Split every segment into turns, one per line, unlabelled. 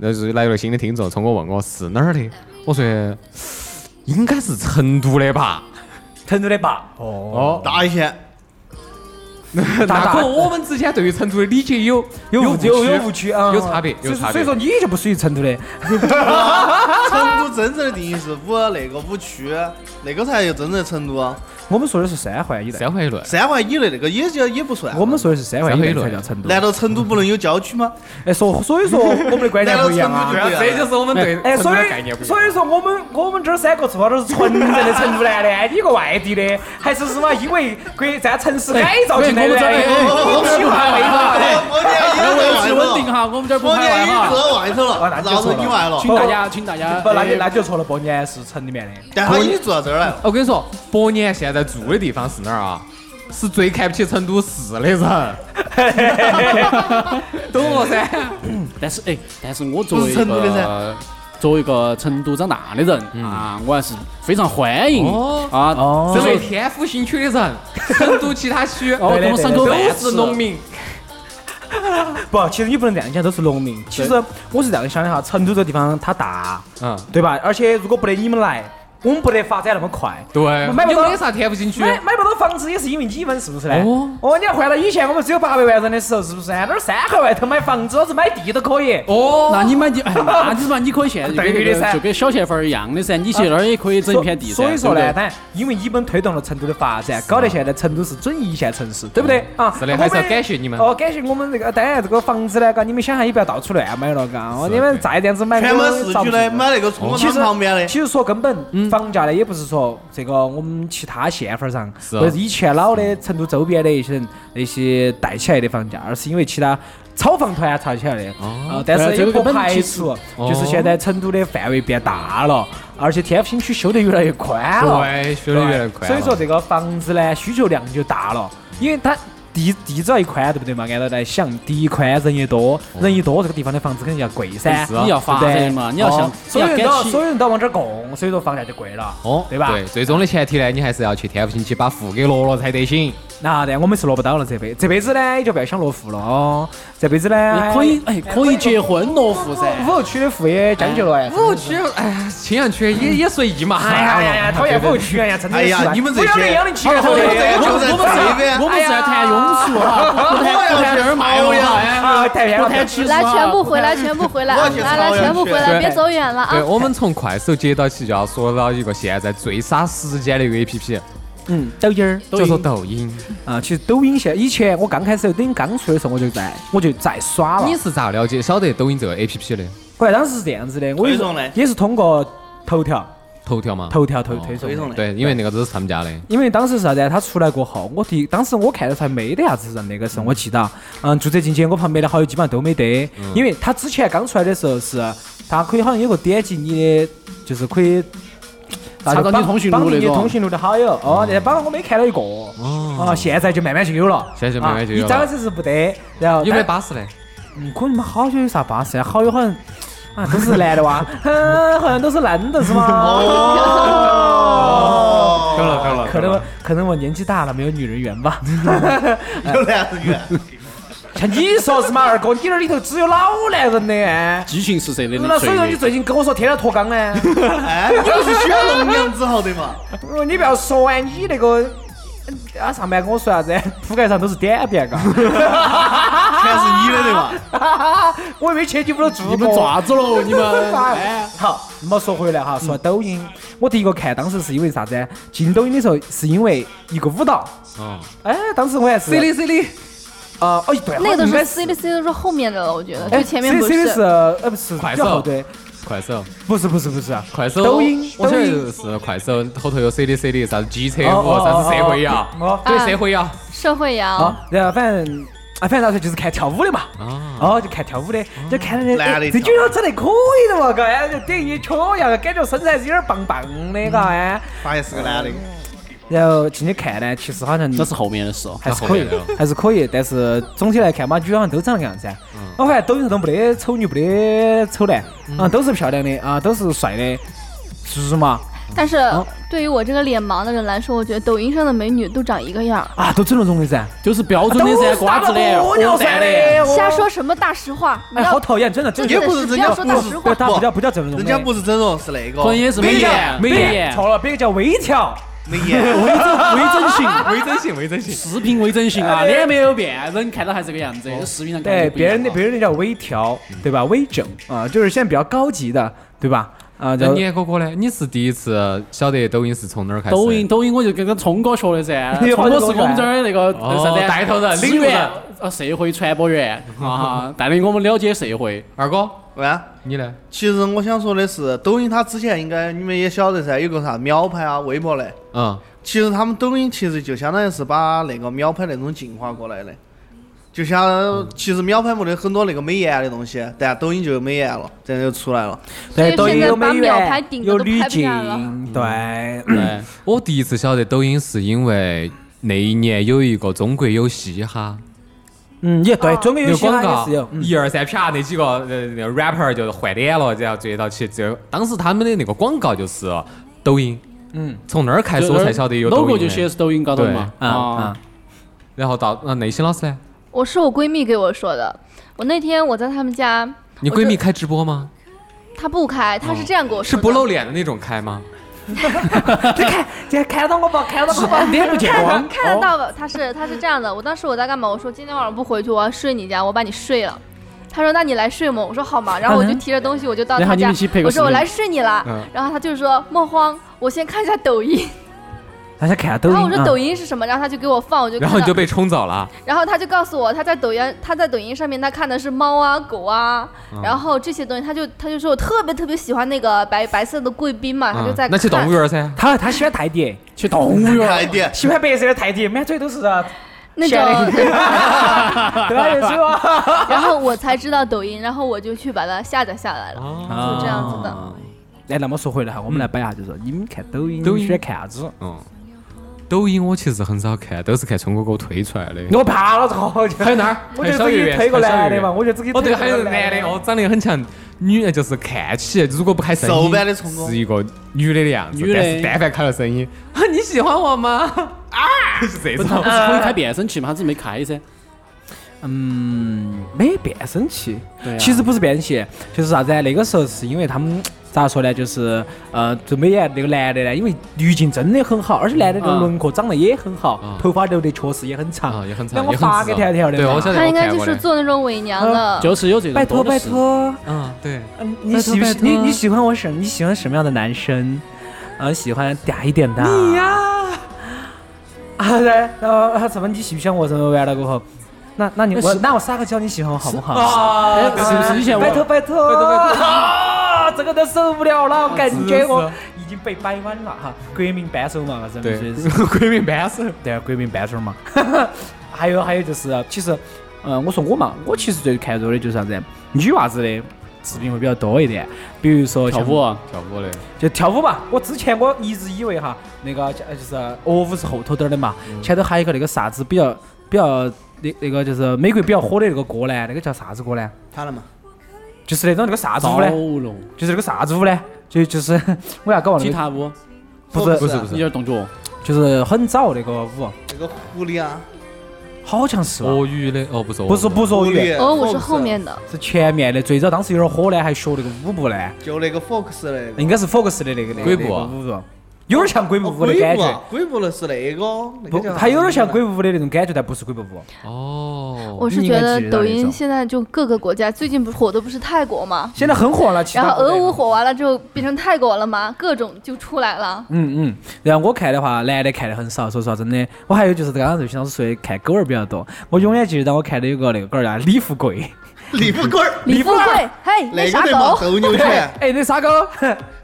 那是来了新的听众，冲我问我是哪儿的，我说应该是成都的吧。
成都的爸哦，
哦，
大一些，
那
大
可能我们之间对于成都的理解有
有
误区
有有误区啊，
有差别，
所
有
以
差别
所以。说你就不属于成都的，
成都真正的定义是五那个五区，那个才叫真正的成都。
我们说的是三环以内，
三环一论，
三环以内那个也叫也不算。
我们说的是三环以内
三环
才
以内
叫成都。
难道成都不能有郊区吗？
哎，所所以说我们的观念不一样啊
难
对
道成都。
啊，这就是我们对
哎，
成都的
所
概念不
以
一样
所以说我们我们这儿三个出发都是纯正的成都男的， 你一个外地的，还是什么因为国家城市改造进来的，
哎哎
你喜欢为啥？
我
维
念
持
已
稳定
经
哈，我们这儿不
我
排
念
外
已经
哈。
搁外头
啊
了
那，就
绕
错
着
了
你外了。
请大家，请大家，
不，那就
哎
那就错了，伯年是城里面的。
但他已经住到这儿来了。
我跟你说，伯年现在住的地方是哪儿啊？是最看不起成都市的人， 懂我噻？
但是哎，但是我作
不
为
是
一
成都的噻
个作为一个成都长大的人啊，我还是非常欢迎
哦
啊。
哦
身为天府新区的人，成都其他区
哦，给
对
我们
对
赏
都
口饭吃
是农。民。
不，其实你不能这样讲，都是农民。其实我是这样想的哈，成都这个地方它大，
嗯，
对吧？而且如果不得你们来，我们不得发展那么快。
对，
买不
你
到
没啥天府新区。
买买不到房子也是因为你们是不是呢？
哦
哦，你要换到以前我们只有八百万人的时候，是不是呢？那儿三环外头买房子，老子买地都可以。
哦，
那你买地，哎，那你嘛，你可以现在就
对
跟
的
那个
噻
就跟小县份儿一样的噻，你去那儿也可以整一片地噻。
所以说
对
呢，
不对，
当然，因为你们推动了成都的发展，搞得现在成都是准一线城市，对不对？啊，
啊嗯是的
我们
还是要感谢你们
哦，感谢我们这个，当然这个房子呢，嘎，你们想哈，也不要到处乱买了，嘎，哦，
是
你们再这样子买，
全
我
买
们
市
遭
区
不
的，
住
买那个冲
其
浪
实
旁边的。
其实说根本，房价呢也不是说这个我们其他县份儿上，
是啊
或者是以前老的成都周边的一些人那些带起来的房价，而是因为其他炒房团啊炒起来的。啊，但
对
是也
这个
不
根本
排
其实
除，
哦
就是现在成都的范围变大了，而且天府新区修得越来越宽了，
对修得越来越宽了
所以说这个房子呢需求量就大了，因为它。地地只要一宽，对不对嘛？按照来想，地一宽人也多，人一多，这个地方的房子肯定要贵噻。
是啊
你要发
对
展嘛，你要
哦
想，你
所
要
有人都要
敢起
所。有人都要往这儿供，所以说房价就贵了，
哦，
对吧？
对，最终的前提呢，你还是要去天府新区把户给落了才得行。
那但我们是落不到了，这辈这辈子呢也就不要想落户了哦。这辈子
你
呢
可以，哎，可以结婚落户噻。
五后区的户也将就了哎。
五区，哎，青羊区也也随意嘛。
哎呀呀呀，讨厌五后区哎呀，真的是。
哎呀你们这
不要
些
零幺零七
好了
的
好
后
了，我
头
对对就在
们我们我们是
这边
要我们是要谈庸俗哈，不不谈不谈二毛
哎呀
哈，
啊，
哎
太远
不
了。
谈起
来，全部回来，全部回来，
我
啊
去朝
来来，
阳
全部回
去
来，别走远了
对，
啊！
我们从快手接到起就要说到一个现在最杀时间的一个 APP，
嗯，抖音儿
叫做抖音。
啊，其实抖音现以前我刚开始抖音刚出的时候，我就在我就在刷了
你。是咋了解晓得抖音这个 APP 的？
后来当时是这样子的，我也
推
是
送嘞
也是通过头条
头条嘛？
头条推
哦
推送
推
的。
送的，
对，因为那个都是他们家的。
因为当时是啥子啊？他出来过后，我第当时我看到他没得啥子人，那个时候我记得，嗯，注册进去，我旁边的好友基本上都没得，因为他之前刚出来的时候是，他可以好像有个点击你的，就是可以。
查到你
绑
通讯录
绑定
那
你
种
通讯录的好友哦，那绑我没看到一个哦，现在就慢慢就有了，
现在就慢慢就有了
啊你当时是不得，然后
有没
但
得巴适的？
嗯，可能嘛，好友有啥巴适啊？好友好像啊都是男的哇， 嗯，好像都是男的是吗？
哦，
够了够了
可能我可能我年纪大了，没有女人缘吧。
有男人缘。
像你说是嘛，二哥，你那里头只有老男人的哎。
激情四射的
那
能
所以说你
吹的。
最近跟我说天天脱肛呢？
哎，你不是选龙阳之后的嘛？
哦你不要说哎，你那个啊上面跟我说啥子？铺盖上都是点点嘎。
全是你的对嘛？
我也没去你屋头住过。
你们爪子喽，你们哎。
好，那么说回来哈，说抖音，我第一个看当时是因为啥子？进抖音的时候是因为一个舞蹈，
哦，
哎，当时我还是
C 的 C 的，
啊，哦对，
那个都
应该
是 C 的 C 都是后面的了，我觉得，就
哎
前面不
C 的
是
是。呃不是
快
比较
手
后对，
快手，
不是不是不是，啊
快手，
抖音
我晓
抖
得
音
是快手，后头有 C 的 C 的，啥子机车
哦
舞，
哦
啥子社会摇
哦哦，
对
啊
社会摇，
社会
好
摇，，
然后反正啊，反正当时就是看跳舞的嘛，
啊
哦，就看跳舞的，就看人家
男的
哎这
跳
女的长得可以的嘛，嘎，哎，就顶一圈儿呀，感觉身材是有点棒棒的，
嗯
嘎，哎，
发现是个男的，
然后进去看呢，其实好像
这是后面的事哦。
还是可以
那后面的，
还是可以，但是总体来看嘛，女的好像都长那个样子啊。
嗯
我发现抖音上都没得丑女，没得丑男，啊，都是漂亮的啊，都是帅的，是不是嘛？
但是
哦
对于我这个脸盲的人来说，我觉得抖音上的美女都长一个样儿。
啊，都整那种的噻，
就是标准的噻，瓜子脸、
我
鹅蛋脸。
的，
瞎。说什么大实话？你
哎，
要
好讨厌，真的，
就
真
是
也不是
不
人
要
家
说大
不
实
是
话
不，，不叫不叫整容，
人家不是整容，是那个
所以也是美
颜
颜，
美颜，
颜，
错了，别个叫微调，
美颜，
微整形，
微整形，微整形。
视频微整 形啊，脸没有变，人看到还是这个样子，视频上看
哦对，哎
就不一
别
样
人的
了
别人的叫微调，对吧？微整啊，就是现在比较高级的，对吧？啊，
那
就
你哥哥呢？你是第一次晓得抖音是从哪儿开始？
抖音，抖音我就跟跟聪哥学的 噻，
你
聪哥是
好久
我们这儿那个呃
哦
啥子
带头人
资
领路人
源呃社会传 播员啊，带领我们了解社会。
二哥，
喂、
你呢？
其实我想说的是，抖音它之前应该你们也晓得噻，有个啥秒拍啊、微博嘞。
嗯，
其实他们抖音其实就相当于是把那个秒拍那种进化过来的，就像其实秒拍没得很多那个美颜的东西，但抖音就有美颜了，这样就出来了。
对，抖
所以
音
现在
有
把
美
秒拍
颜，
顶
有
着都
滤
拍不
镜
下来了，
对，嗯
对，
哎我第一次晓得抖音是因为那一年有一个中国有嘻哈，
嗯，也对，
哦
中国有
有
嘻
广
哈
告
也是有，嗯
一二三啪，那几个呃那个 rapper 就换脸了，然后追到起，就当时他们的那个广告就是抖音，
嗯
从那儿开始
就
我
是
才晓得有抖
logo
音
就
的。
写是抖音高头的嘛
啊
哦
啊
啊，，
然后到呃那内心老师呢？
我是我闺蜜给我说的。我那天我在他们家，
你
我就
闺蜜开直播吗？
她不开，她是这样跟我说
是
的，
不露脸的那种开吗？
你看，今天看到我吧，看到我吧，哦
脸不见光，
看得到吧？他是他是这样的，我当时我在干嘛？我说今天晚上不回去，我要睡你家，我把你睡了。他说那你来睡嘛，我说好嘛，然后我就提着东西我就到
然后
他
你们
家
一起配，个
我说
视
我
频
来睡你了
嗯，
然后他就说莫慌，我先看一下抖音，
大家看下抖
然
音
后我说
啊
抖音是什么，然后他就给我放，我就
然
看
后你就
到，
被冲走了。
然后他就告诉我他在抖音他在抖音上面他看的是猫啊狗啊，然后这些东西，他就他就说我特别特别喜欢那个白白色的贵宾嘛，他就
嗯
在
那去动
看
物园噻。
他他喜欢泰迪，
去动物 园
看
儿
一点，
喜欢白色的泰迪，满嘴都是，啊对
那
吓了一
种。
吧？有是
啊
吧？
然后我才知道抖音，然后我就去把它下载下来了，
哦
就这样子的。
哎，那么说回来哈，我们来摆一下，就是你们看抖音
抖音
喜欢看啥子？
嗯，抖音我其实很少看，都是看聪哥给我推出来的。
我怕了，操！
还 有哪儿？
我
还
就
有小
只给
岳
你推个
还有小
男的
岳
嘛，我就只给你
哦，对，
推
还有
个
男的，哦，长得很像女，就是看起如果不开声音，
瘦版的聪哥
是一个女的的样子
女，的
但是但凡开了声音，啊， 你喜欢我吗？啊， 是这
不
种
是。他不是可以开变声器嘛？他只是没开噻。
嗯，没变声器。
对啊
其实不是变声器，就是啥子啊？那个时候是因为他们咋说呢？就是呃，做美颜那个男的呢，因为滤镜真的很好，而且男的那个
嗯
轮廓长得也很好
嗯，
头发留的确实也很
啊，
长，
也很
那
长，
我
也很
发给
直
条条的
对，
嘛
我晓得，
他
我
应该
看
就
过
是
的。
做那种伪娘的，
就是有这种，
啊拜托
多的
拜
是，
托，
嗯，对，
嗯，
拜
你
托
喜不
拜
喜你
托
你喜欢我什你喜欢什么样的男生？啊，喜欢嗲一点的。你呀、啊！对，然后啊什么你喜不喜欢我？什么完了过后，那那你我那我撒个娇，你喜欢我好不好？
啊
哎是不是以前
拜托
我
拜托
拜托拜托
啊！这个都受不了了，感觉
是
我已经被掰弯了哈。国民扳手嘛，反正
对
就是，
闺蜜扳手，
对，国民扳手嘛。还有还有就是，其实，嗯、我说我嘛，我其实最看重的就是啥子，女娃子的视频会比较多一点，比如说
跳
像
舞。啊
跳舞的，
就跳舞嘛。我之前我一直以为哈，那个呃就是俄舞是后头点儿的嘛，前头还有一个那个啥子比较比较那那个就是美国比较火的那个歌呢，那个叫啥子歌呢？
看了嘛？
就是那种那个啥子
招
舞呢？
龙、
就是那个啥子舞呢？就就是我要搞忘
踢
了，
踏舞，
不是
不是不
有
是，
点动作，
就是很早那个舞，
那个狐狸啊，
好像是吧
俄语的哦，不是，
不是不是
狐
俄语，
狸。
哦，我是后
Fox
面的，
是前面的。最早当时有点火呢，还学那个舞步呢，
就那个 Fox 的那个。
应该是 Fox 的那个那
鬼
个
步
那个舞步，有点像鬼步舞的感觉，
哦鬼步啊，鬼步的是那个，那个
不
叫，啥
它有点像鬼步舞的那种感觉，但不是鬼步舞。
哦，
我是
你应
觉
该
得
知道
抖
那
音
种
现在就各个国家最近不是火的不是泰国嘛，
现在很火了，其他
然后
国家
俄
也
乌
很火
火完了之后变成泰国了嘛，各种就出来了。
嗯嗯，然后我看的话，男的看的很少，说实话，真的。我还有就是刚刚瑞鑫老师说的，看狗儿比较多。我永远记得到我看的有个那个狗儿叫李富贵，
李富贵儿，
李富贵，嘿，
那
傻
个得
狗
嘛，斗牛犬，
哎，那傻狗，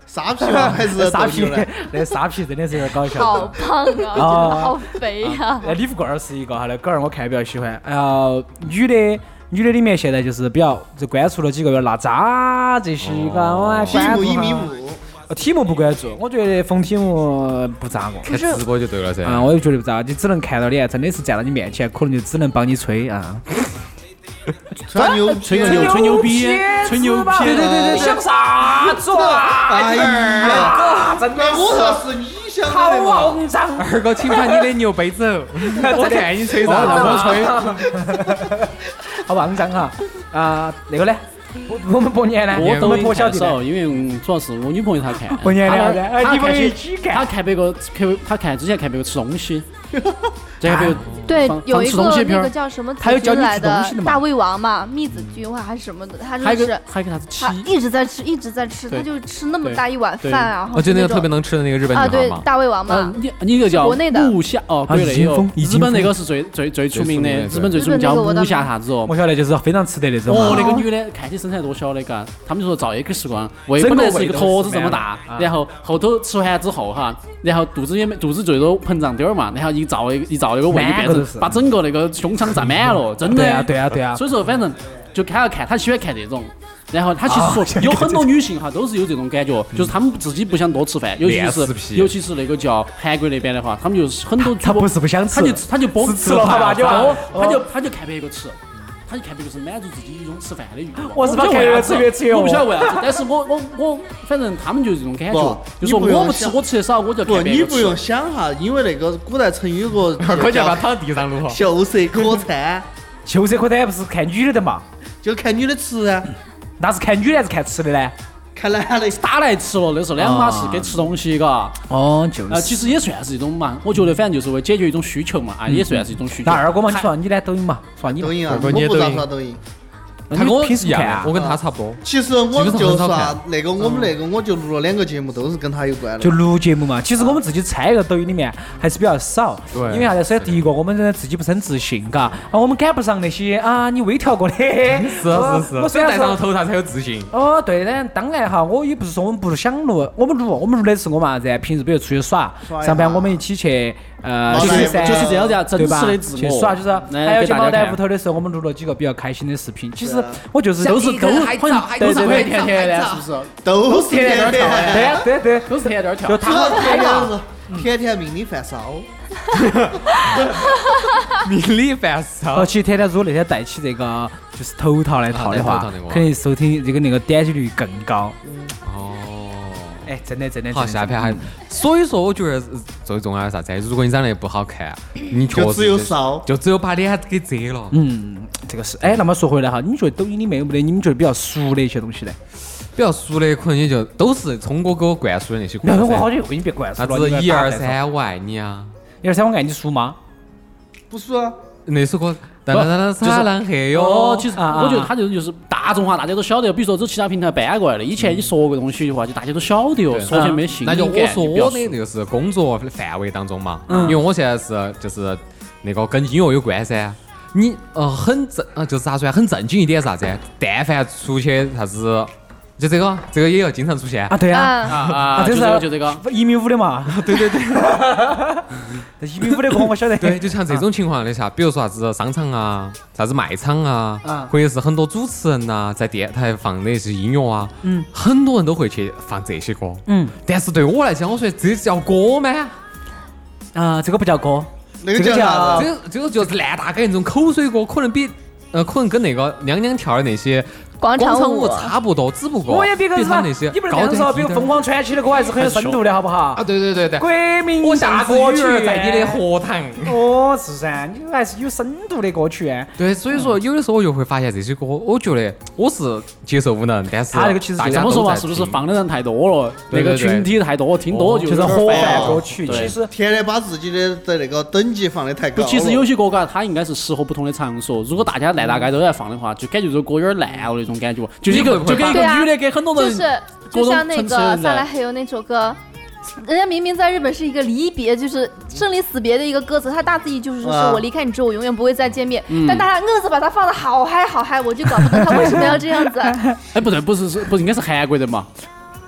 沙皮娃还是
傻
斗
皮
牛呢？，
那傻皮真的是有点搞
好
笑。
胖啊，真的好肥啊呀。
哎，李富贵儿是一个哈，那狗儿我看比较喜欢。然后女的，女的里面现在就是比较就关注了几个有点娜扎这些个，我还
哦体
关
目
注
一
哈
米。五，
呃体目不关注，我觉得冯体目不咋个。
看直播就对了噻。
啊啊，我也觉得不咋，你只能看到脸，真的是站到你面前，可能就只能帮你吹啊。
吹牛
吹个牛吹牛逼，吹牛逼，
对对对对对
想啥子啊？
哎呀，
啊，真的
那
是
我可是你想
好啊
的嘛？
肮脏！
二哥，请把你的牛背走，我看你吹啥，让我吹。
吹， 好吧，很脏哈。啊，那个呢？我我们伯年呢？
我
我
抖
哎们伯
音
小
看
弟呢
少，？因为嗯主要是我女朋友她看，
伯年
她
呢？哎
她
你
看
们一
起
起
她
看。
看别个看她看之前看别个吃东 西，再看别个
对
放，
有一
放吃东
个
西片
那
儿
个叫什么
还有
子
教
君
你
来
吃东
的
西的嘛
大胃王嘛，密子君或还是什哎么的，他
还有
就
一
是
个还有一个啥子
他
七，
一直在吃，一直在吃，
对
他就吃那么
对
大一碗
对
饭啊，然后
哦，就那个
种
特别能吃的那个日本女
啊，
孩
对
嘛，，
大胃王嘛
嗯，，你你一个叫
国内的
武侠哦，
啊
对的，
已经
有
封已
日
经
本那
封
个是最最最出名的
最出名，的
日本最出名
日本那
叫
个我倒
武侠
没
啥子哦
我，晓得，就是非常吃得那种啊嘛。
哦，那个女的看起身材多小的，嘎，他们就说照 X 光，胃
整
本
个
来是
胃
一个
都
坨子
是
这么
满
大
的啊，
然后后头吃完之后哈，然后肚子也没肚子最多膨胀点儿嘛，然后一照一照那个胃就
满
变
个
成
都是
把整个那个胸腔占满了，真
对
的
啊，。对啊，对啊。
所以说反正就他要看，他喜欢看这种。然后他其
啊
实说，有很多女性哈都是有这种感觉，哦就是她们自己不想多吃饭，尤其
恋死
是
癖
尤其是那个叫韩国那边的话，她们就是很多
他
主播
不是不想吃，
他就他就剥
是吃了好吧就哦完了
啊他就他就看别个吃，他就看别个是满足自己一种吃饭的欲望。
我是怕
不
看
晓得
别个
为
吃
啥子
越吃越
我不
饿
晓得为 啥子，但是我我我反正他们就是这种感觉，哦
不
就说
你不用
我不吃
想
我吃的少，我就
不，
看别
你
个
不用
吃。
想哈，因为那个古代曾有个
二哥就
叫
要把他躺地上撸。
秀色可餐，
秀色可餐不是看女的的嘛？
就看女的吃啊，
那是看女的还是看吃的呢？
看男的。
打来吃哦了，那是两码事，
啊
跟吃东西嘎。
哦，就
啊，其实也算是一种嘛，我觉得反正就是为解决一种需求嘛，啊，也算是一种
嗯
需求。
那二哥嘛，你说你呢？抖音嘛，说你
抖音啊，
二
我
哥你也
不咋
抖音
刷抖音。
那
他跟我
你平时
一
不看啊
样，我跟他差不多。
其实我
基本上
就
很少
刷
看
那个，我们那个我就录了两个节目，都是跟他有关
就
的。
录节目嘛，其实我们自己参与到抖音里面还是比较少，
对
因为啥子？首先第一个，我们自己不是很自信，嘎，啊，我们赶不上那些啊，你微调过的，是
是啊是啊
我
是
虽
啊，
然
戴上了
说。
头上才有自 信。
哦，对的，当然哈，我也不是说我们不想录，我们录，我们录的是我们啥子？平时比如出去耍
耍，一下
上班我们一起去，呃，
就是
对
去噻
就是这样子啊，真
对
实
吧？
的自
去
我
耍，就是
来
还有
给
去
大
毛
家
蛋
看
屋头的时候，我们录了几个比较开心的视频。其
对
实
啊
我就是
都是都是
还
好
早
像
还
都是
早
会
还
甜
早
甜
还
的，
早
是不是？
都
都
是
是甜
甜
点
甜
儿
的，
对 呀，对对，
都是甜点儿跳
就。
主
他
要甜
还
甜
好
是甜甜命里犯烧。
命里犯烧
哦，。其实甜甜如果那天戴起这个就是头套那套
啊
的
戴头
话
套那个，啊
肯定收听这个那个点击率更高。
哦。
哎，真的真的。
好，
真的
下
真
盘
的
还，所以说我觉得呃最重要的是啥子？如果你长得不好 看，你确实
就只有骚
就只有把脸给遮了。
嗯，这个是。哎，那么说回来哈，你觉得抖音里面有没得你们觉得比较熟的一些东西呢？
比较熟的可能也就都是聪哥给我灌嗯输的那些观
那我好
噻。
久又给你别灌输
啥
了。
子
你
一
不要
二
打断我，
三，我爱你啊！
一二三，我爱你熟吗？
不是啊，
那首歌，当当当当，撒浪嘿
哦
哟，，
其实
啊啊
我觉得他这种就是大众化，大家都晓得。比如说走其他平台搬过来的，以前你说过东西的话，就大家都晓得哦，
嗯对
说起没新
那
鲜
就
感。
我说
你不要
我的那个是工作范围当中嘛，因为我现在是就是那个跟音乐有关噻。你呃很正呃就是咋说呀，很正经一点啥子？但凡出去啥子，就这个这个也要经常出现
啊，。对啊，
啊，
啊，
这
就是这个就这个。
一米五的嘛。对对 对，一米五的歌我晓得。
对，就像这种情况的下，比如说啥子商场啊，啥子卖场啊，或者是很多主持人呐、在电台放的一些音乐啊，嗯，很多人都会去放这些歌，
嗯，
但是对我来讲，我说这叫歌吗？
啊，这个不叫歌，
那个
这个
叫
叫
啥
这
子？
个这个就是烂大街那种口水歌，可能比呃，可能跟那个娘娘跳的那些
广
广场
舞
舞差不多，只不过
我也别个
比
说
他，那些
你不是这
高
样
端
说，
一
比如
点
凤凰传奇的歌还是很有深度的，好不好
啊，？对对对对，
国民
我下次
正歌
鱼
曲
儿在你的荷塘。
哦，是噻，你还是有深度的歌曲。
对，所以说有的时候我就会发现这些歌，我觉得我是接受无能，但是
他这个其实
大
这
家
么
都
说嘛，
在
是不是
听
放的人太多了？
对对
那个
对哦
群体太多，听多了就
就是
有点
火
烦
饭
了
歌曲，
对啊
其实
甜甜把自己的的那个等级放得太高
不，
了。
其实有些歌嘎，它应该是适合不同的场所。如果大家烂大街都在放的话，就感觉这首歌有点烂了那种感觉，哦就一
你会
个
不会
就跟一
对
个
啊
女的给很多
就
人
是
各
就
种
像那
层次
个
的
《萨拉嘿哟》那首歌，人家明明在日本是一个离别，就是生离死别的一个歌词，他大字意就是
啊
说我离开你之后，我永远不会再见面。但大家硬是把它放的好嗨好嗨，我就搞不懂他为什么要这样子。
哎，不对，不是是不是应该是韩国人嘛？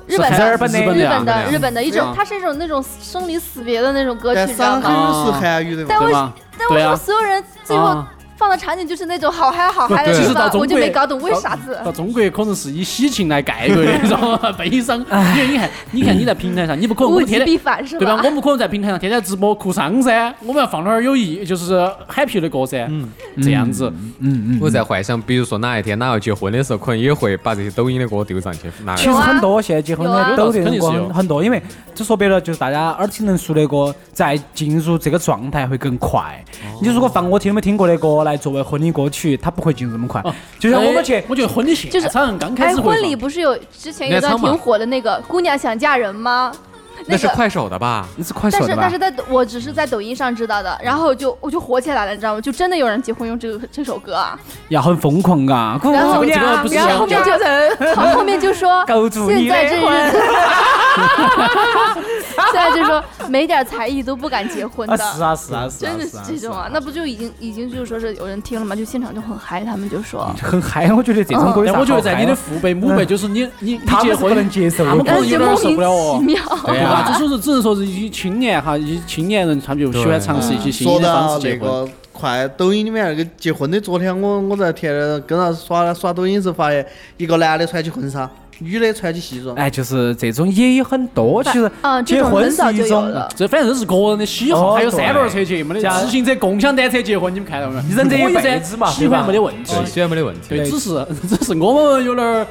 日本
是
的
日本的
日
日
本
本
的
的
日本的一种
嗯，
它是一种那种生离死别的那种歌曲，
但
你知道
上
吗？
海
啊
是韩语的嘛
但？为
对
什
吗
但为
对
什么
啊
所有人最后呃
啊，
放的场景就是那种好嗨好嗨的
其
地
实到
方，
中国
我就没搞懂为啥子。
到中国可能是以喜庆来盖 过的那种悲伤。因为你看，你看你在平台上，你不可能我
物
们
极
天
必
天
反是
对吧？
吧哎
我？们不可能在平台上天天直播哭丧噻，我们要放点儿有意，就是 happy 的歌噻，这样子。
嗯嗯，
我在幻想，比如说哪一天哪要结婚的时候，可能也会把这些抖音的歌丢上去。拿
其实很多现在结婚
有啊
的抖这种
有啊
歌很很多，因为这说白了就是大家耳听能熟的歌，再进入这个状态会更快。
哦
你如果放我听没听过的歌来作为婚礼歌曲，它不会进入这么
啊
快。就像我们去
哦哎，我觉得婚礼现
就是
场刚开
哎，
始会
婚礼
放
不是有之前有一
那
段
苍嘛
挺火的那个姑娘想嫁人吗？
那是
个
快手的吧？
你是快
但
手
是
的吧
但是？在我只是在抖音上知道的，然后我就我就火起来了，你知道吗？就真的有人结婚用这个这首歌啊，
要很疯狂啊！姑
然后
娘，
哦这个不是
然后后面就后后面就说
构筑
现
你的
在这日
婚
子， 现在就说没点才艺都不敢结婚
啊
的，
是啊是啊是啊
真的是
啊
这种啊，那不就已经已经就是说是有人听了嘛，就现场就很嗨，他们就
嗯
说，
很嗨，我觉得这种歌有
啊但
啥
我觉得
好
在
嗨
你的
的
父辈母辈，就是你你你
嗯他
结
们是不
婚
能接受
他
的
们可能
但
有
是
点
莫
儿受
名
不了
其
哦。
妙，
对
对 吧？
啊，
只是说，只能说是以青年哈，以青年人他们就喜欢尝试一
嗯
些新
说
的方
到
式结
那
婚。
个快抖音里面那个结婚的，昨天我我在天天跟他刷刷抖音时发现，一个男的穿起婚纱，女的穿起西装。
哎，就是这种也有很多，其实
嗯，这
结
种
婚
很早
是
就
一
有
种
了。
这反正这是个人的喜好，
哦
还有三轮车结，没得
加
自行车、共享单车结婚，你们看到没有？
人这一
可以噻
辈子嘛
喜
对吧
欢没得问题。
对，虽然没得问题。
对，只是只是我们有点儿，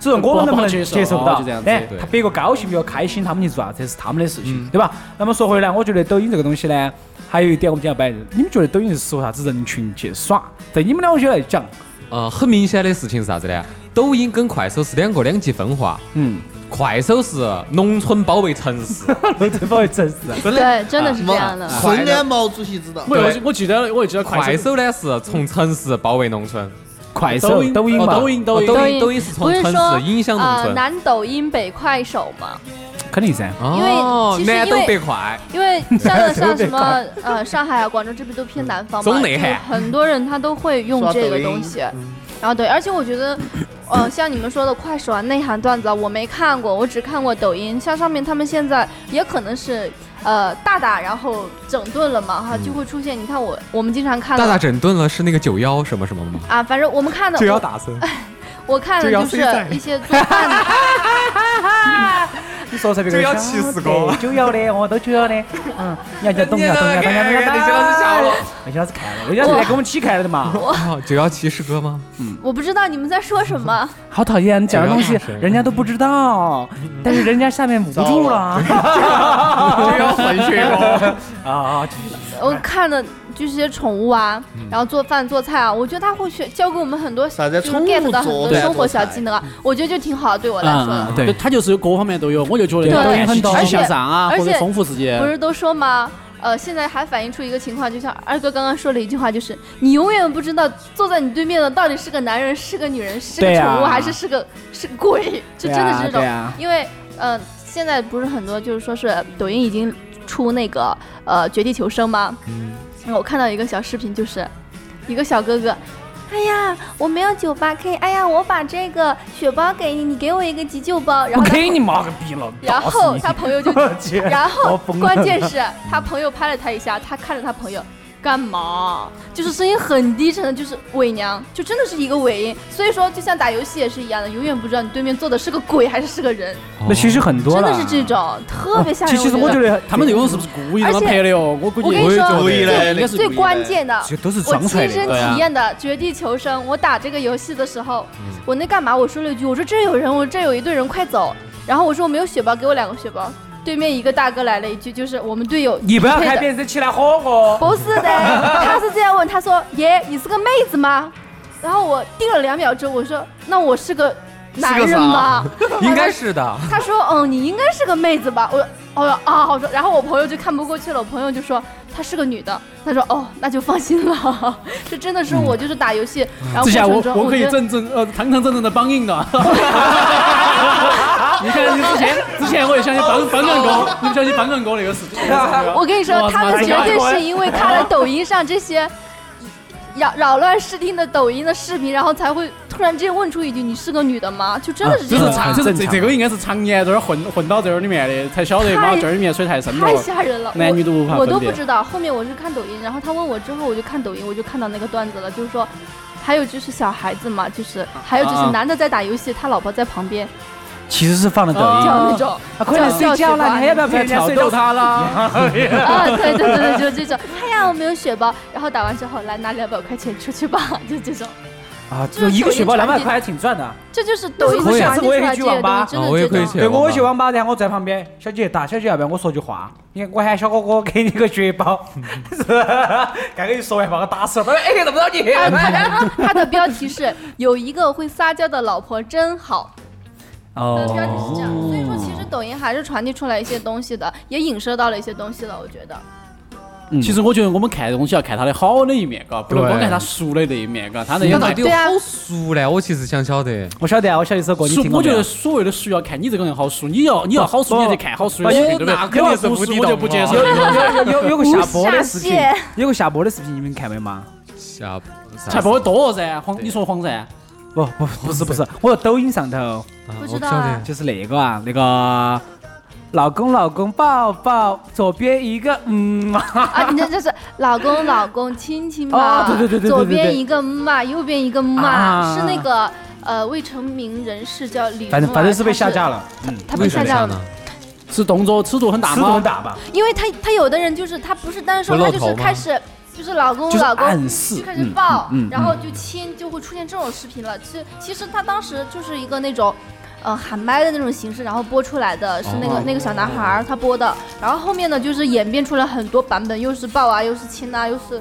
只是我们能不能接受不到
不好接受啊就这样？子
哎
对，
他别个高兴，别个开心，他们去做啥子，这是他们的事情，对吧？那么说回来，我觉得抖音这个东西呢，还有一点我们今天要摆，你们觉得抖音是适合啥子人群去耍？对你们两个来讲，
呃，很明显的事情是啥子呢？抖音跟快手是两个两极分化。
嗯，
快手是农村包围城市，
这不会真是。
对，真的是这
毛
样的。
啊
孙安毛主席知道，
我
对
我记得我记得
快
快手
手呢是从城市包围农村，
快
抖
手、
音
抖音
哦
嘛，
抖音
哦
抖音
抖
抖
音抖音是从
不是
城
说
市影响农
呃，
村。
南抖音北快手嘛，
肯定 噻。
哦，
呃因为其实啊
南
因
都
为
北快，
因为像像什
北
么
快
呃上海啊、广州这边都偏南方嘛，
中内海
就很多人他都会用
刷
这
抖
个
音
东西。
嗯
然后对，而且我觉得，呃，像你们说的快手啊、内涵段子啊，我没看过，我只看过抖音。像上面他们现在也可能是呃大大，然后整顿了嘛，哈，就会出现。你看我我们经常看
大大
的
整顿了是那个九幺什么什么 吗？
啊，反正我们看的我
打 针，
我看的
就要
就是
睡在
一些做饭的。
你说噻，别个
就要气死哥
九幺的，我都九幺的，嗯，你要你要懂你要懂你要懂你要懂你要懂，
那些老师笑了，
那些老师看了，那些老师来跟我们一起看了的嘛，
哦九幺七是哥 吗？
我不知道你们在说什么，
好讨厌，讲的东西
哎呀
人家都不知道，但是人家下面捂不住了
九幺混血 哥，
啊，
我看的就是些宠物啊，然后做饭做菜啊，我觉得他会学教给我们很多
啥子
就是
宠物
get 到很
做
多
对
生活
做
小
菜嗯
技能啊，我觉得就挺好，对我来说
嗯，
的
嗯，
对
对，他就是各方面都有，我就觉得
对
抖
抖
音
音
很
很
积
多
极向上啊，
而
或
且
者丰富自己。
不是都说吗？呃，现在还反映出一个情况，就像二哥刚刚说了一句话，就是你永远不知道坐在你对面的到底是个男人、是个女人、是个
对啊
宠物、还是是个是个鬼，就真的是这种
对。啊，
因为呃，现在不是很多就是说是抖音已经出那个呃《绝地求生》吗？
嗯
然后我看到一个小视频，就是一个小哥哥。哎呀，我没有九八 K，哎呀，我把这个雪包给你，你给我一个急救包，然
我
后他
给你妈个逼了，
然后他朋 友就
姐
然
我
后
疯了
关键是他朋友拍了他一下，他看着他朋友干嘛？就是声音很低沉的，就是伪娘，就真的是一个伪音。所以说，就像打游戏也是一样的，永远不知道你对面坐的是个鬼还是是个人，
那其实很多
真
了，啊哦
的是这种特别吓人。
其实我觉
得
得
他们那种是不是故意这么拍的哦？我估计
我跟你说
故意的
最
那个
是
最
故意的
关键的。
这都是
我
装出来
亲身
的。
对啊
体验的《绝地求生》，我打这个游戏的时候，
嗯
我那干嘛？我说了一句，我说这有人，我这有一队人，快走！然后我说我没有血包，给我两个血包。对面一个大哥来了一句，就是我们队友
你不要
配的
看别人起来火我，
不是的，他是这样问，他说：“爷，你是个妹子吗？”然后我定了两秒钟，我说：“那我是个男人吗？”
应该是的。
他说：“嗯，你应该是个妹子吧？”我哦啊，我说，然后我朋友就看不过去了，我朋友就说她是个女的，他说：“哦，那就放心了。” 这真的是
嗯
我就是打游戏，然后
这
过
下
程
啊我
中
我可以
觉得
正正呃堂堂正正的帮硬的。 你看，你之前之前我也想去帮帮硬哥，你不小心帮硬哥那个事情。
我跟你说，
哇
他们绝对是因为看了抖音上这些 扰扰乱视听的抖音的视频，然后才会突然之间问出一句：“你是个女的吗？”就真的是这
就
种
是
啊
啊，
常，
很
就是
正
这
常
这个应该是常年在这儿混混到这儿里面的，才晓得妈
太
这儿里面水太深了
太，吓人了。
男女
我
都无法
我都
分
不
辨。
知道，后面我是看抖音，然后他问我之后，我就看抖音，我就看到那个段子了，就是说，还有就是小孩子嘛，就是还有就
啊
是男的在打游戏，他老婆在旁边
其实是放了抖音，
叫
啊
那种
啊，快点睡觉了，你还要不要陪人家睡到他了？
啊，对对对对，就这种。哎呀，我没有血包，然后打完之后来拿两百块钱出去吧， 就这种。
啊，这种一个血包两百块还挺赚的。
这就是抖音
那我下
传
次
递出
我也可以
来
去
这些
网吧
东西，真
啊
的
我也
这
可以
种。
去
对，我去网吧，然后我在旁边，小姐大小姐要不要我说句话？你看我喊小哥哥给你个血包， 是刚刚一说完把我打死了，哎，你怎么着你？
啊
哦
他他的标题是“有一个会撒娇的老婆真好”，它的标题是这样。所以说，其实抖音还是传递出来一些东西的，也影射到了一些东西了。我觉得，
其实我觉得我们看东西要看它的好的一面，嘎，不能
对
光看它俗的那一面，嘎，它那
那
个
到底有
对啊
好熟呢？我其实想晓得。
我晓得啊，我晓得首歌你
俗
听，过
我
没
觉
有
得？所谓的俗要看你这个人好俗，你要你要好俗，你也得看好俗的
哎
视
呦
频，对不对
那肯定
要
是
不
无
俗
底
我就
洞
不接
啊
受。
有有有个下播的视频
下线，
有个下播的视频，你们看没嘛？
下
才不会多噻，慌，你说慌噻。
不不不是不是，我说抖音上头
啊
不
我
知
晓
道啊
得。
就是那个啊，那个老公老公抱抱，左边一个嗯啊，
啊，你这这是老公老公亲亲嘛
啊？ 对对对对对
左
对
边
对
一个嘛，右边一个
啊
嘛，是那个呃未成年人士叫李。
反正反正是被下架，了，嗯，
他被
啥
下架了
呢。？
是动作尺度很大
尺度
吗
很？大吧？
因为他他有的人就是他不是单说，
不露头
他就是
吗
开始就是老公
就是
老公
暗示
就开始
嗯
抱
嗯嗯，
然后就亲，就会出现这种视频了。其实其实他当时就是一个那种。呃，喊麦的那种形式，然后播出来的是那个、
哦
那个小男孩儿他播的，然后后面呢就是演变出了很多版本，又是抱啊，又是亲啊，又是，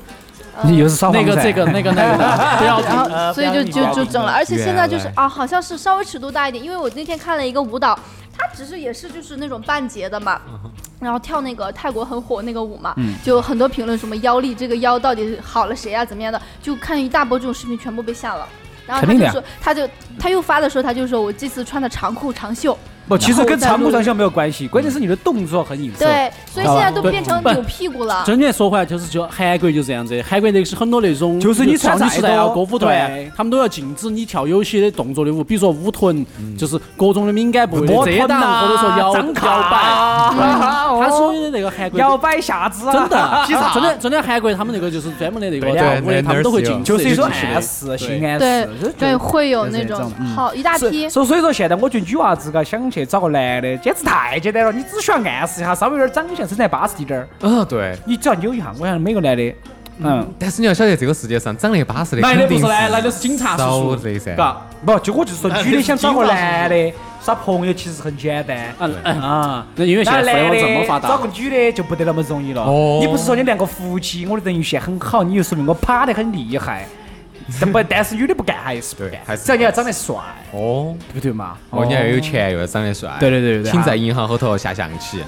呃、
你又是烧
那
房
个
噻
这个那个那个的，不要
然
紧。
后所以就就就整了，而且现在就是
原
啊，好像是稍微尺度大一点，因为我那天看了一个舞蹈，它只是也是就是那种半截的嘛。
嗯
然后跳那个泰国很火那个舞嘛，就很多评论什么腰力，这个腰到底好了谁啊，怎么样的，就看一大波这种视频全部被下了。然后
肯
他
定的
就
呀
说，他就他又发的时候，他就说我这次穿的长裤长袖，
不，其实跟长不长相没有关系，关键是你的动作很影射。
对，所以现在都
对
变成
不
扭屁股了。
真的说回来，就是就韩国就是这样子，韩国那个是很多那种
就是你
少
穿
女时代
再
啊、
多
歌舞
对
团，他们都要禁止你跳有些的动作的舞，比如说舞臀，
嗯
就是各种的敏感部位的遮挡，或者说摇
张
摇摆。他
他
所有的那个韩国
摇摆下肢啊，
真的，
劈叉
真的真的韩国他们那个就是专门的那个
对
跳舞
对
的，他们都会禁止
就是一种
这些
暗
东西
示，
对
性暗
对
示。
对，会有
就是
那
这
种
种嗯
好一大
所
批。
所所以说，现在我觉得女娃子嘎想去找个男的，简直太简单了。你只需要暗示一下，稍微有点长相，身材巴适一点儿，
嗯，对。
你只要扭一下，我想每个男的，嗯，
但是你要晓得，这个世界上长得巴适的
男的
肯
不
定
是男，男的是警察叔
少
叔，
的噻。
嘎。
不，就我就说，女的想找个男的耍朋友，其实很简单。
啊哎
啊，
那因为现在
那
互
男
联
的
网这么发
找
达
个，女的就不得那么容易了。
哦
你不是说你练个腹肌，我的人鱼线很好，你又说明我趴得很厉害。但不，但是女的不干，还是不
对
干，
还是
只要你要长得帅，
哦，
对不对嘛？
哦，你要有钱又要长得帅，
对对对对对
请在银行后头下象棋。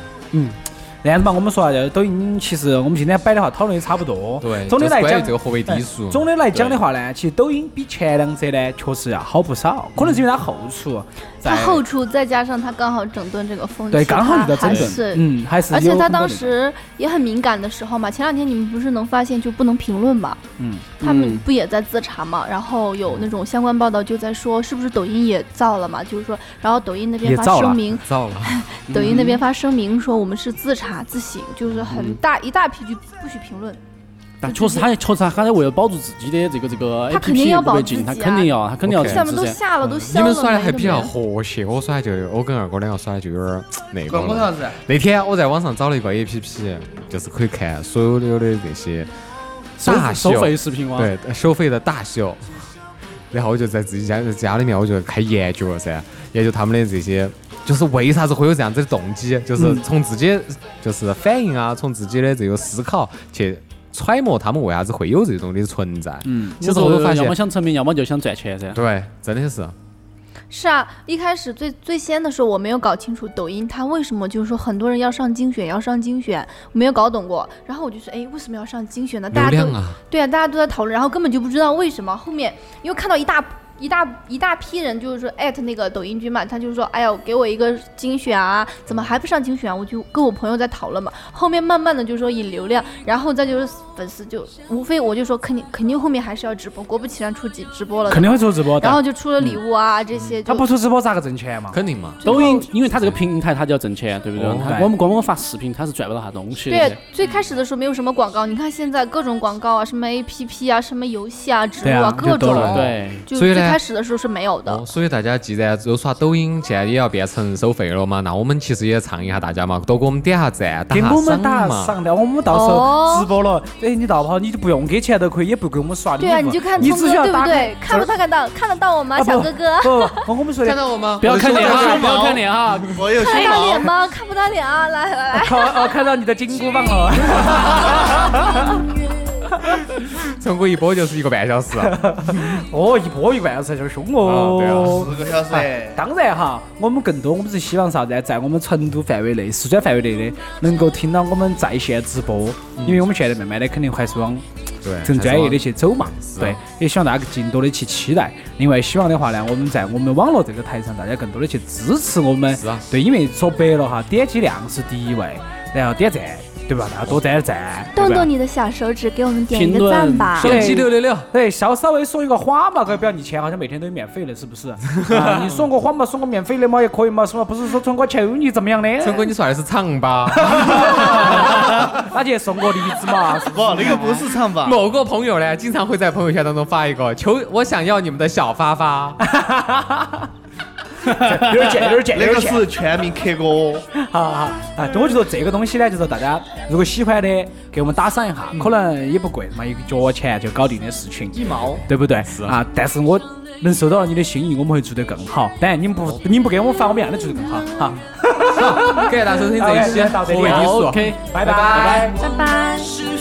那样子嘛，我们说啊，这抖音其实我们今天摆的话讨论也差不多。
对
总的来
就是关
讲，
于这个货币低俗
哎总的来讲的话呢，其实抖音比前两者呢确实要啊好不少，可能是因为它后厨在，
他后厨再加上他刚好整顿这个风气，
对刚好遇到整
他还
顿
是，
嗯，还是
而且
有
他
很多
当
的
时也很敏感的时候嘛，前两天你们不是能发现就不能评论嘛？
嗯，
他们
嗯
不也在自查嘛？然后有那种相关报道就在说，是不是抖音也造了嘛？就是说，然后抖音那边
也
发
造了
声明，
糟了，嗯
抖音那边发声明说我们是自查自省，就是很
嗯
大一大批就不许评论。
但确实他确实他在为了保住自己的这个这个
他
A P
肯定
P
要
不
保
被
自己
禁，他
啊
肯定要，他肯定要
OK
下面
禁
都
止噻。
下了，都
嗯你
消了
们
嘛，
耍的还比较
对不对
和谐，我耍就我跟二哥两个耍就有点儿那个
管我
了。
啥子？
那天我在网上找了一个 A P P，就是可以看所有的这些大
收
秀
收费视频哇，
对，收费的大秀。然后我就在自己家家里面，我就开始研究了噻，研究他们的这些，就是为啥子会有这样子的动机，就是从自己就是反应啊，从自己的这个思考去揣摩他们为啥子会有这种的存在。嗯，其实我
就
都发
要
现
么，想成名，要么就想赚钱噻。
对，真的是，
是啊，一开始最最先的时候，我没有搞清楚抖音它为什么就是说很多人要上精选，要上精选，我没有搞懂过。然后我就说，哎，为什么要上精选呢？
流
大家
量
都
啊，
对啊，大家都在讨论，然后根本就不知道为什么。后面因为看到一大一大一大批人就是说艾特那个抖音君嘛，他就说，哎呀，给我一个精选啊，怎么还不上精选、啊？我就跟我朋友在讨论嘛。后面慢慢的就说引流量，然后再就是粉丝就无非我就说肯定肯定后面还是要直播，果不其然出几直播了，
肯定会做直播
然后
的。嗯
就出了礼物啊、这些就，
他不出直播咋个挣钱嘛？
肯定嘛，
抖音，因为它这个平台它就要挣钱，对不对
哎哦？
它
对
我们光光发视频，它是赚不到啥东西的
对。，最开始的时候没有什么广告，你看现在各种广告啊，什么 APP 啊，什么游戏啊，植
对
入
啊
各
就都
种
有，
哦
对，
就
所以
最
呢
开始的时候是没有的。
哦，所以大家既然有刷抖音，现在也要变成收费了嘛，那我们其实也倡议一下大家嘛，多给我们点下赞，
给
下
我们
赏
打下
嘛。
赏的，我们到时
哦
候直播了，哎，你到不好，你就不用给钱都可以，也不给我们刷礼物。
对啊，你就看
你
聪
只
哥
需要
对不
打开
对？看不看得到？看得到我吗，
啊
小哥 哥？
不，不我们说
看
的，
到我吗？
不要看脸
我
啊，
是
不要看脸啊！
我有
看
胸
到
毛
脸，吗？看不到脸啊！来来来，
看哦，看到你的金箍棒了。
成果一播就是一个半小时，
哦，一波一万才就是凶
啊对啊
哦。
四个小时。
哎当然哈，我们更多我们是希望啥子呢？在我们成都范围内、四川范围内的，能够听到我们在线直播，
嗯
因为我们现在慢慢的肯定还是往
对，
更专业的去走嘛。
是啊
对，也希望大家更多的去期待。另外，希望的话呢，我们在我们网络这个台上，大家更多的去支持我们
是啊。
对，因为说白了哈，点击量是第一位，然后点赞，对吧？大家多点点赞，对
动
吧
动？你的小手指，给我们点一
评
个
论
赞吧。
对
点击六六六，
对，稍稍微说一个谎嘛，可不要你钱好像每天都免费的，是 不是？啊，你送个谎嘛，送个免费的嘛也可以嘛，是吧？不是说春哥求你怎么样的？
成果你刷的是长吧？
那就送个梨子嘛，是
不，那个不是唱吧？
某个朋友呢，经常会在朋友圈当中发一个“求我想要你们的小发发
有点贱，有点贱，
那
有
个
点
是全民 K 歌，哦
好好啊，就我觉得这个东西呢，就是大家如果喜欢的，给我们打赏一下，可能也不贵嘛，一个角钱就搞定的事情，
一毛。
对不对？啊，但是我能收到你的心意，我们会做得更好。当然，你们不，你们不给我们发，我们一样的做得更好。哈，”。
感谢大家收听这一期
OK，到这里
我为你
好
说。
OK，
拜拜
拜拜。
是